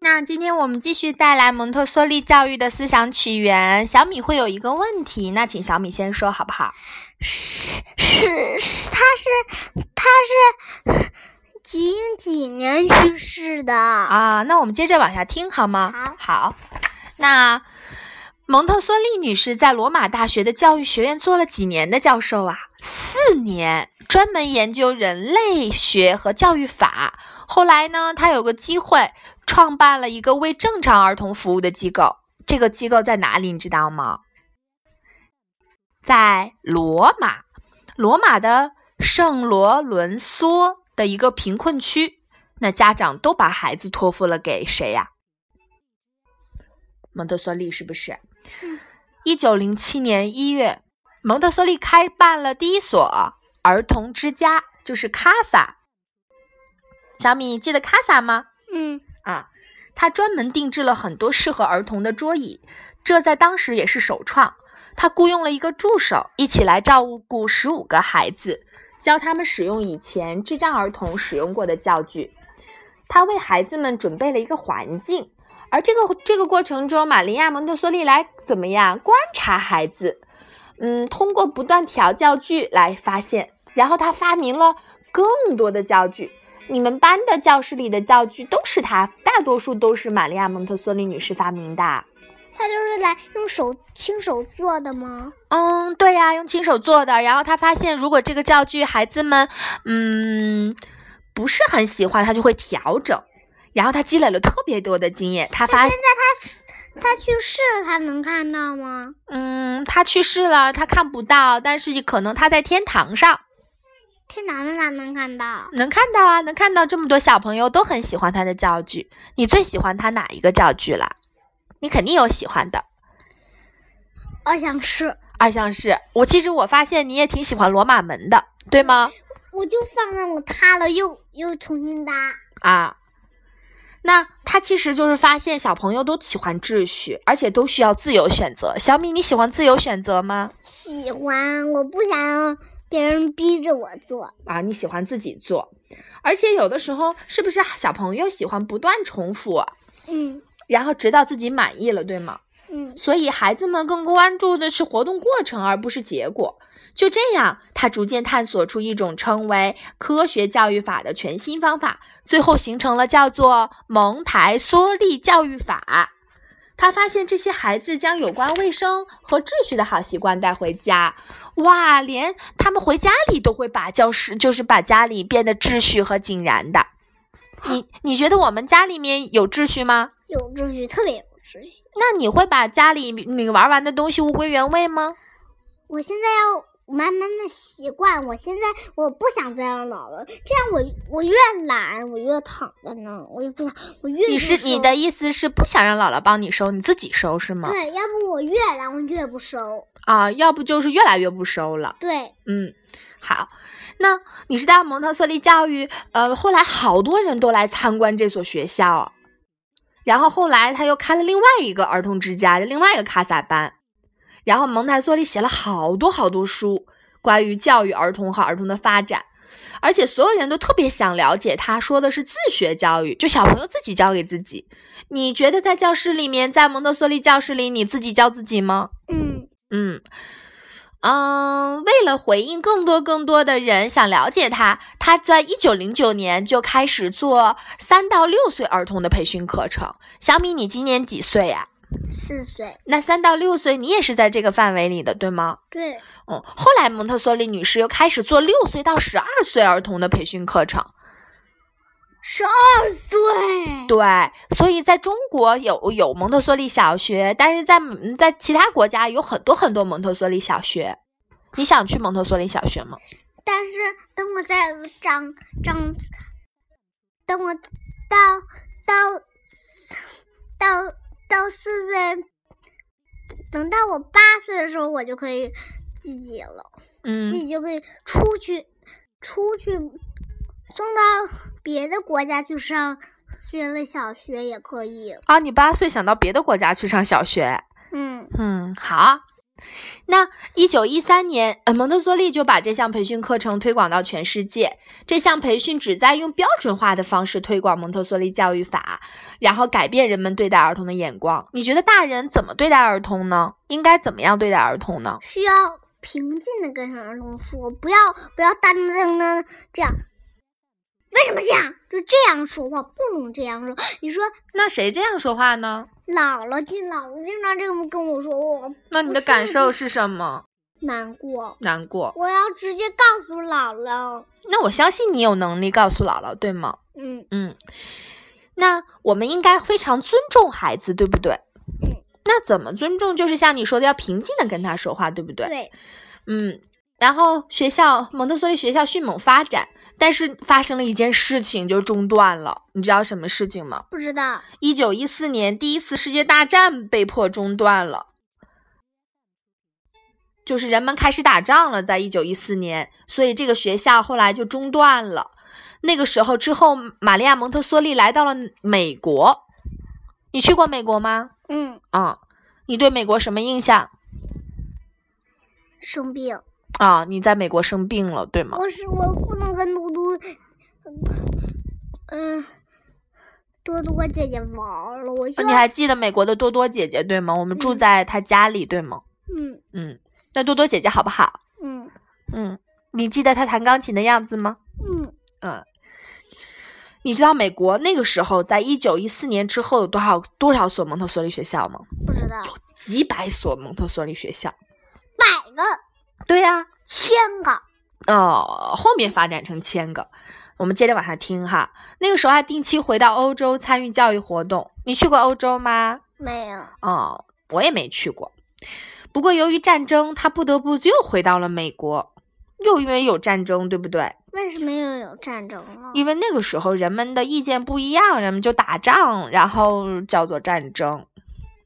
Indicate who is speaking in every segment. Speaker 1: 那今天我们继续带来蒙特梭利教育的思想起源。小米会有一个问题，那请小米先说好不好？
Speaker 2: 是是是，他是他是几几年去世的？
Speaker 1: 啊，那我们接着往下听好吗？好，那蒙特梭利女士在罗马大学的教育学院做了几年的教授啊？四年，专门研究人类学和教育法。后来呢，她有个机会创办了一个为正常儿童服务的机构。这个机构在哪里？你知道吗？在罗马，罗马的圣罗伦梭的一个贫困区。那家长都把孩子托付了给谁啊呀、蒙特梭利是不是？一九零七年一月，蒙特梭利开办了第一所儿童之家，就是卡萨。小米记得卡萨吗？
Speaker 2: 嗯，
Speaker 1: 啊，他专门定制了很多适合儿童的桌椅，这在当时也是首创。他雇佣了一个助手，一起来照顾十五个孩子，教他们使用以前智障儿童使用过的教具。他为孩子们准备了一个环境，而这个这个过程中，玛利亚·蒙特梭利来怎么样观察孩子？嗯，通过不断调教具来发现，然后他发明了更多的教具。你们班的教室里的教具都是他，大多数都是玛利亚·蒙特梭利女士发明的。
Speaker 2: 他就是来用手亲手做的吗？
Speaker 1: 嗯，对呀、用亲手做的。然后他发现，如果这个教具孩子们，嗯，不是很喜欢，他就会调整。然后他积累了特别多的经验，他发，
Speaker 2: 他去世了，他能看到吗？
Speaker 1: 嗯，他去世了，他看不到，但是可能他在天堂上
Speaker 2: 天堂的他能看到？
Speaker 1: 能看到啊，能看到这么多小朋友都很喜欢他的教具。你最喜欢他哪一个教具啦？你肯定有喜欢的。
Speaker 2: 我哦想是，
Speaker 1: 二像是我，其实我发现你也挺喜欢罗马门的，对吗？
Speaker 2: 我就放任我塌了，又又重新搭。
Speaker 1: 啊。那他其实就是发现小朋友都喜欢秩序，而且都需要自由选择。小米，你喜欢自由选择吗？
Speaker 2: 喜欢，我不想让别人逼着我做。
Speaker 1: 啊，你喜欢自己做，而且有的时候是不是小朋友喜欢不断重复，
Speaker 2: 嗯
Speaker 1: 然后直到自己满意了，对吗？
Speaker 2: 嗯，
Speaker 1: 所以孩子们更关注的是活动过程，而不是结果。就这样，他逐渐探索出一种称为科学教育法的全新方法，最后形成了叫做蒙台梭利教育法。他发现这些孩子将有关卫生和秩序的好习惯带回家，哇，连他们回家里都会把教室，就是把家里变得秩序和井然的。你你觉得我们家里面有秩序吗？
Speaker 2: 有秩序，特别有秩序。
Speaker 1: 那你会把家里你玩完的东西物归原位吗？
Speaker 2: 我现在要慢慢的习惯，我现在我不想再让老了，这样我我越懒，我越躺着呢，我就不想，我越
Speaker 1: 你
Speaker 2: 不
Speaker 1: 是
Speaker 2: 收
Speaker 1: 你的意思是不想让姥姥帮你收，你自己收是吗？
Speaker 2: 对，要不我越懒，我越不收。
Speaker 1: 啊，要不就是越来越不收了。
Speaker 2: 对，
Speaker 1: 嗯，好，那你知道蒙特梭利教育，呃，后来好多人都来参观这所学校啊，然后后来他又开了另外一个儿童之家，另外一个卡萨班，然后蒙台梭利写了好多好多书，关于教育儿童和儿童的发展，而且所有人都特别想了解他说的是自学教育，就小朋友自己教给自己。你觉得在教室里面，在蒙特梭利教室里，你自己教自己吗？
Speaker 2: 嗯，
Speaker 1: 嗯嗯，为了回应更多更多的人想了解他，他在一九零九年就开始做三到六岁儿童的培训课程。小米，你今年几岁呀、
Speaker 2: 四岁，
Speaker 1: 那三到六岁，你也是在这个范围里的，对吗？
Speaker 2: 对，
Speaker 1: 嗯，后来蒙特梭利女士又开始做六岁到十二岁儿童的培训课程。
Speaker 2: 十二岁，
Speaker 1: 对，所以在中国有有蒙特梭利小学，但是在嗯在其他国家有很多很多蒙特梭利小学。你想去蒙特梭利小学吗？
Speaker 2: 但是等我再长长，等我到到到到四岁，等到我八岁的时候，我就可以自己了，
Speaker 1: 嗯，
Speaker 2: 自己就可以出去出去，送到别的国家去上学了小学也可以。
Speaker 1: 啊，你八岁想到别的国家去上小学？
Speaker 2: 嗯，
Speaker 1: 嗯，好，那一九一三年，呃，蒙特梭利就把这项培训课程推广到全世界。这项培训旨在用标准化的方式推广蒙特梭利教育法，然后改变人们对待儿童的眼光。你觉得大人怎么对待儿童呢？应该怎么样对待儿童呢？
Speaker 2: 需要平静的跟儿童说，不要不要单单的这样。为什么这样？就这样说话，不能这样说。你说
Speaker 1: 那谁这样说话呢？
Speaker 2: 姥姥经姥姥经常这么跟我说，我
Speaker 1: 那你的感受是什么？
Speaker 2: 难过。
Speaker 1: 难过。
Speaker 2: 我要直接告诉姥姥。
Speaker 1: 那我相信你有能力告诉姥姥，对吗？
Speaker 2: 嗯
Speaker 1: 嗯。那我们应该非常尊重孩子，对不对？
Speaker 2: 嗯。
Speaker 1: 那怎么尊重？就是像你说的，要平静的跟他说话，对不对？
Speaker 2: 对，
Speaker 1: 嗯，然后学校蒙特梭利学校迅猛发展，但是发生了一件事情就中断了。你知道什么事情吗？
Speaker 2: 不知道。
Speaker 1: 一九一四年第一次世界大战被迫中断了，就是人们开始打仗了，在一九一四年，所以这个学校后来就中断了。那个时候之后，玛利亚蒙特梭利来到了美国。你去过美国吗？
Speaker 2: 嗯，
Speaker 1: 啊、你对美国什么印象？
Speaker 2: 生病。
Speaker 1: 啊，你在美国生病了，对吗？
Speaker 2: 我是我不能跟嘟嘟，嗯，多多姐姐玩了。我需
Speaker 1: 啊你
Speaker 2: 要
Speaker 1: 还记得美国的多多姐姐对吗？我们住
Speaker 2: 嗯
Speaker 1: 在她家里对吗？
Speaker 2: 嗯
Speaker 1: 嗯，那多多姐姐好不好？
Speaker 2: 嗯
Speaker 1: 嗯，你记得她弹钢琴的样子吗？
Speaker 2: 嗯，
Speaker 1: 嗯，你知道美国那个时候，在一九一四年之后有多少多少所蒙特梭利学校吗？
Speaker 2: 不知道，
Speaker 1: 几百所蒙特梭利学校。
Speaker 2: 百个、
Speaker 1: 对呀、
Speaker 2: 千个，
Speaker 1: 哦，后面发展成千个。我们接着往下听哈。那个时候还定期回到欧洲参与教育活动。你去过欧洲吗？
Speaker 2: 没有。
Speaker 1: 哦，我也没去过。不过由于战争，他不得不又回到了美国，又因为有战争，对不对？
Speaker 2: 为什么又有战争了？
Speaker 1: 因为那个时候人们的意见不一样，人们就打仗，然后叫做战争。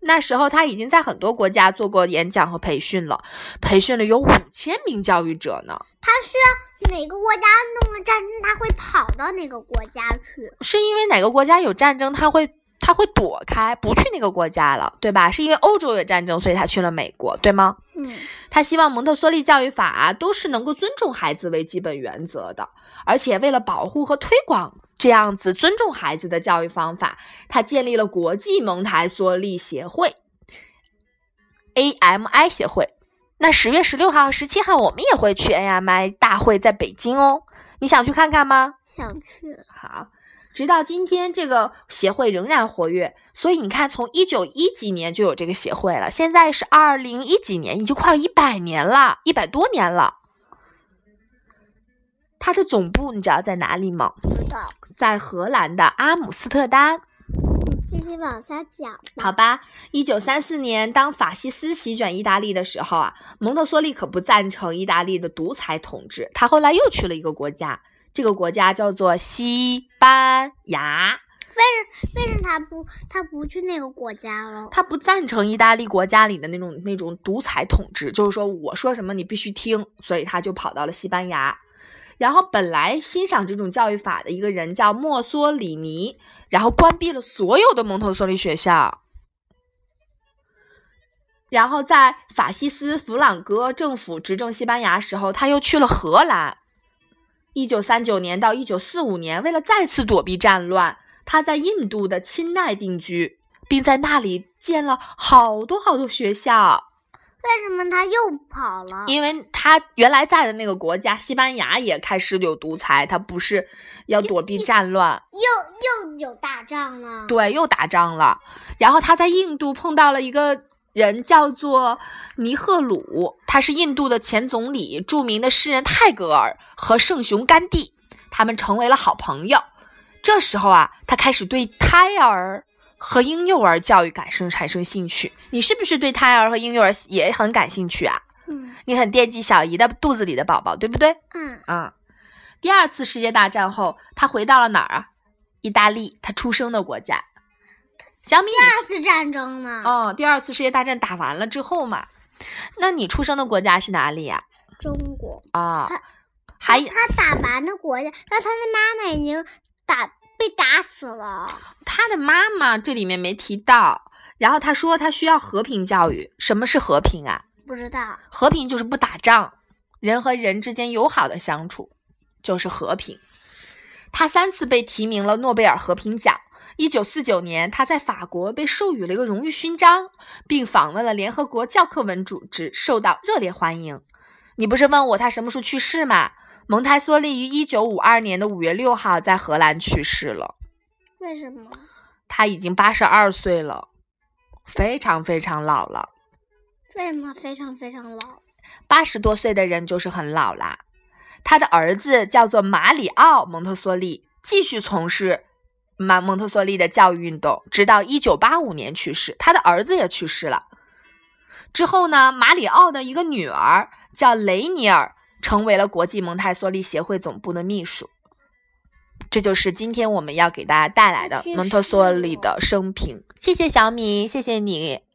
Speaker 1: 那时候他已经在很多国家做过演讲和培训了，培训了有五千名教育者呢。
Speaker 2: 他需要哪个国家弄了战争，他会跑到哪个国家去？
Speaker 1: 是因为哪个国家有战争，他会他会躲开，不去那个国家了，对吧？是因为欧洲有战争，所以他去了美国，对吗？
Speaker 2: 嗯，
Speaker 1: 他希望蒙特梭利教育法、啊、都是能够尊重孩子为基本原则的，而且为了保护和推广这样子尊重孩子的教育方法，他建立了国际蒙台梭利协会 （AMI 协会）。那十月十六号和十七号，我们也会去 AMI 大会，在北京哦。你想去看看吗？
Speaker 2: 想去。
Speaker 1: 好，啊直到今天，这个协会仍然活跃。所以你看，从一九一几年就有这个协会了，现在是二零一几年，已经快有一百年了，一百多年了。它的总部你知道在哪里吗？
Speaker 2: 不知道，
Speaker 1: 在荷兰的阿姆斯特丹。
Speaker 2: 你继续往下讲
Speaker 1: 好
Speaker 2: 吧。
Speaker 1: 吧，一九三四年，当法西斯席卷意大利的时候啊，蒙特梭利可不赞成意大利的独裁统治。他后来又去了一个国家，这个国家叫做西班牙。
Speaker 2: 为什么他不他不去那个国家了？
Speaker 1: 他不赞成意大利国家里的那种那种独裁统治，就是说我说什么你必须听，所以他就跑到了西班牙。然后本来欣赏这种教育法的一个人叫墨索里尼，然后关闭了所有的蒙特梭利学校。然后在法西斯弗朗哥政府执政西班牙时候，他又去了荷兰。一九三九年到一九四五年，为了再次躲避战乱，他在印度的钦奈定居。并在那里建了好多好多学校，
Speaker 2: 为什么他又跑了？
Speaker 1: 因为他原来在的那个国家西班牙也开始有独裁，他不是要躲避战乱，
Speaker 2: 又又有打仗了。
Speaker 1: 对，又打仗了。然后他在印度碰到了一个人，叫做尼赫鲁，他是印度的前总理，著名的诗人泰戈尔和圣雄甘地，他们成为了好朋友。这时候啊，他开始对胎儿和婴幼儿教育感生产生兴趣。你是不是对胎儿和婴幼儿也很感兴趣啊？
Speaker 2: 嗯
Speaker 1: 你很惦记小姨的肚子里的宝宝，对不对？
Speaker 2: 嗯，
Speaker 1: 啊、第二次世界大战后，他回到了哪儿啊？意大利，他出生的国家。小米，
Speaker 2: 二次战争呢？
Speaker 1: 哦，第二次世界大战打完了之后嘛，那你出生的国家是哪里呀、
Speaker 2: 中国。
Speaker 1: 啊？
Speaker 2: 他
Speaker 1: 还
Speaker 2: 他打完的国家，那他的妈妈已经打被打死了。
Speaker 1: 他的妈妈这里面没提到。然后他说他需要和平教育，什么是和平啊？
Speaker 2: 不知道。
Speaker 1: 和平就是不打仗，人和人之间友好的相处，就是和平。他三次被提名了诺贝尔和平奖。一九四九年，他在法国被授予了一个荣誉勋章，并访问了联合国教科文组织，受到热烈欢迎。你不是问我他什么时候去世吗？蒙台梭利于一九五二年的五月六号在荷兰去世了，
Speaker 2: 为什么？
Speaker 1: 他已经八十二岁了，非常非常老了。
Speaker 2: 为什么非常非常老？
Speaker 1: 八十多岁的人就是很老啦。他的儿子叫做马里奥·蒙特梭利，继续从事马蒙特梭利的教育运动，直到一九八五年去世。他的儿子也去世了。之后呢，马里奥的一个女儿叫雷尼尔，成为了国际蒙台梭利协会总部的秘书。这就是今天我们要给大家带来的
Speaker 2: 谢谢
Speaker 1: 蒙特梭利的生平。谢谢小米，谢谢你。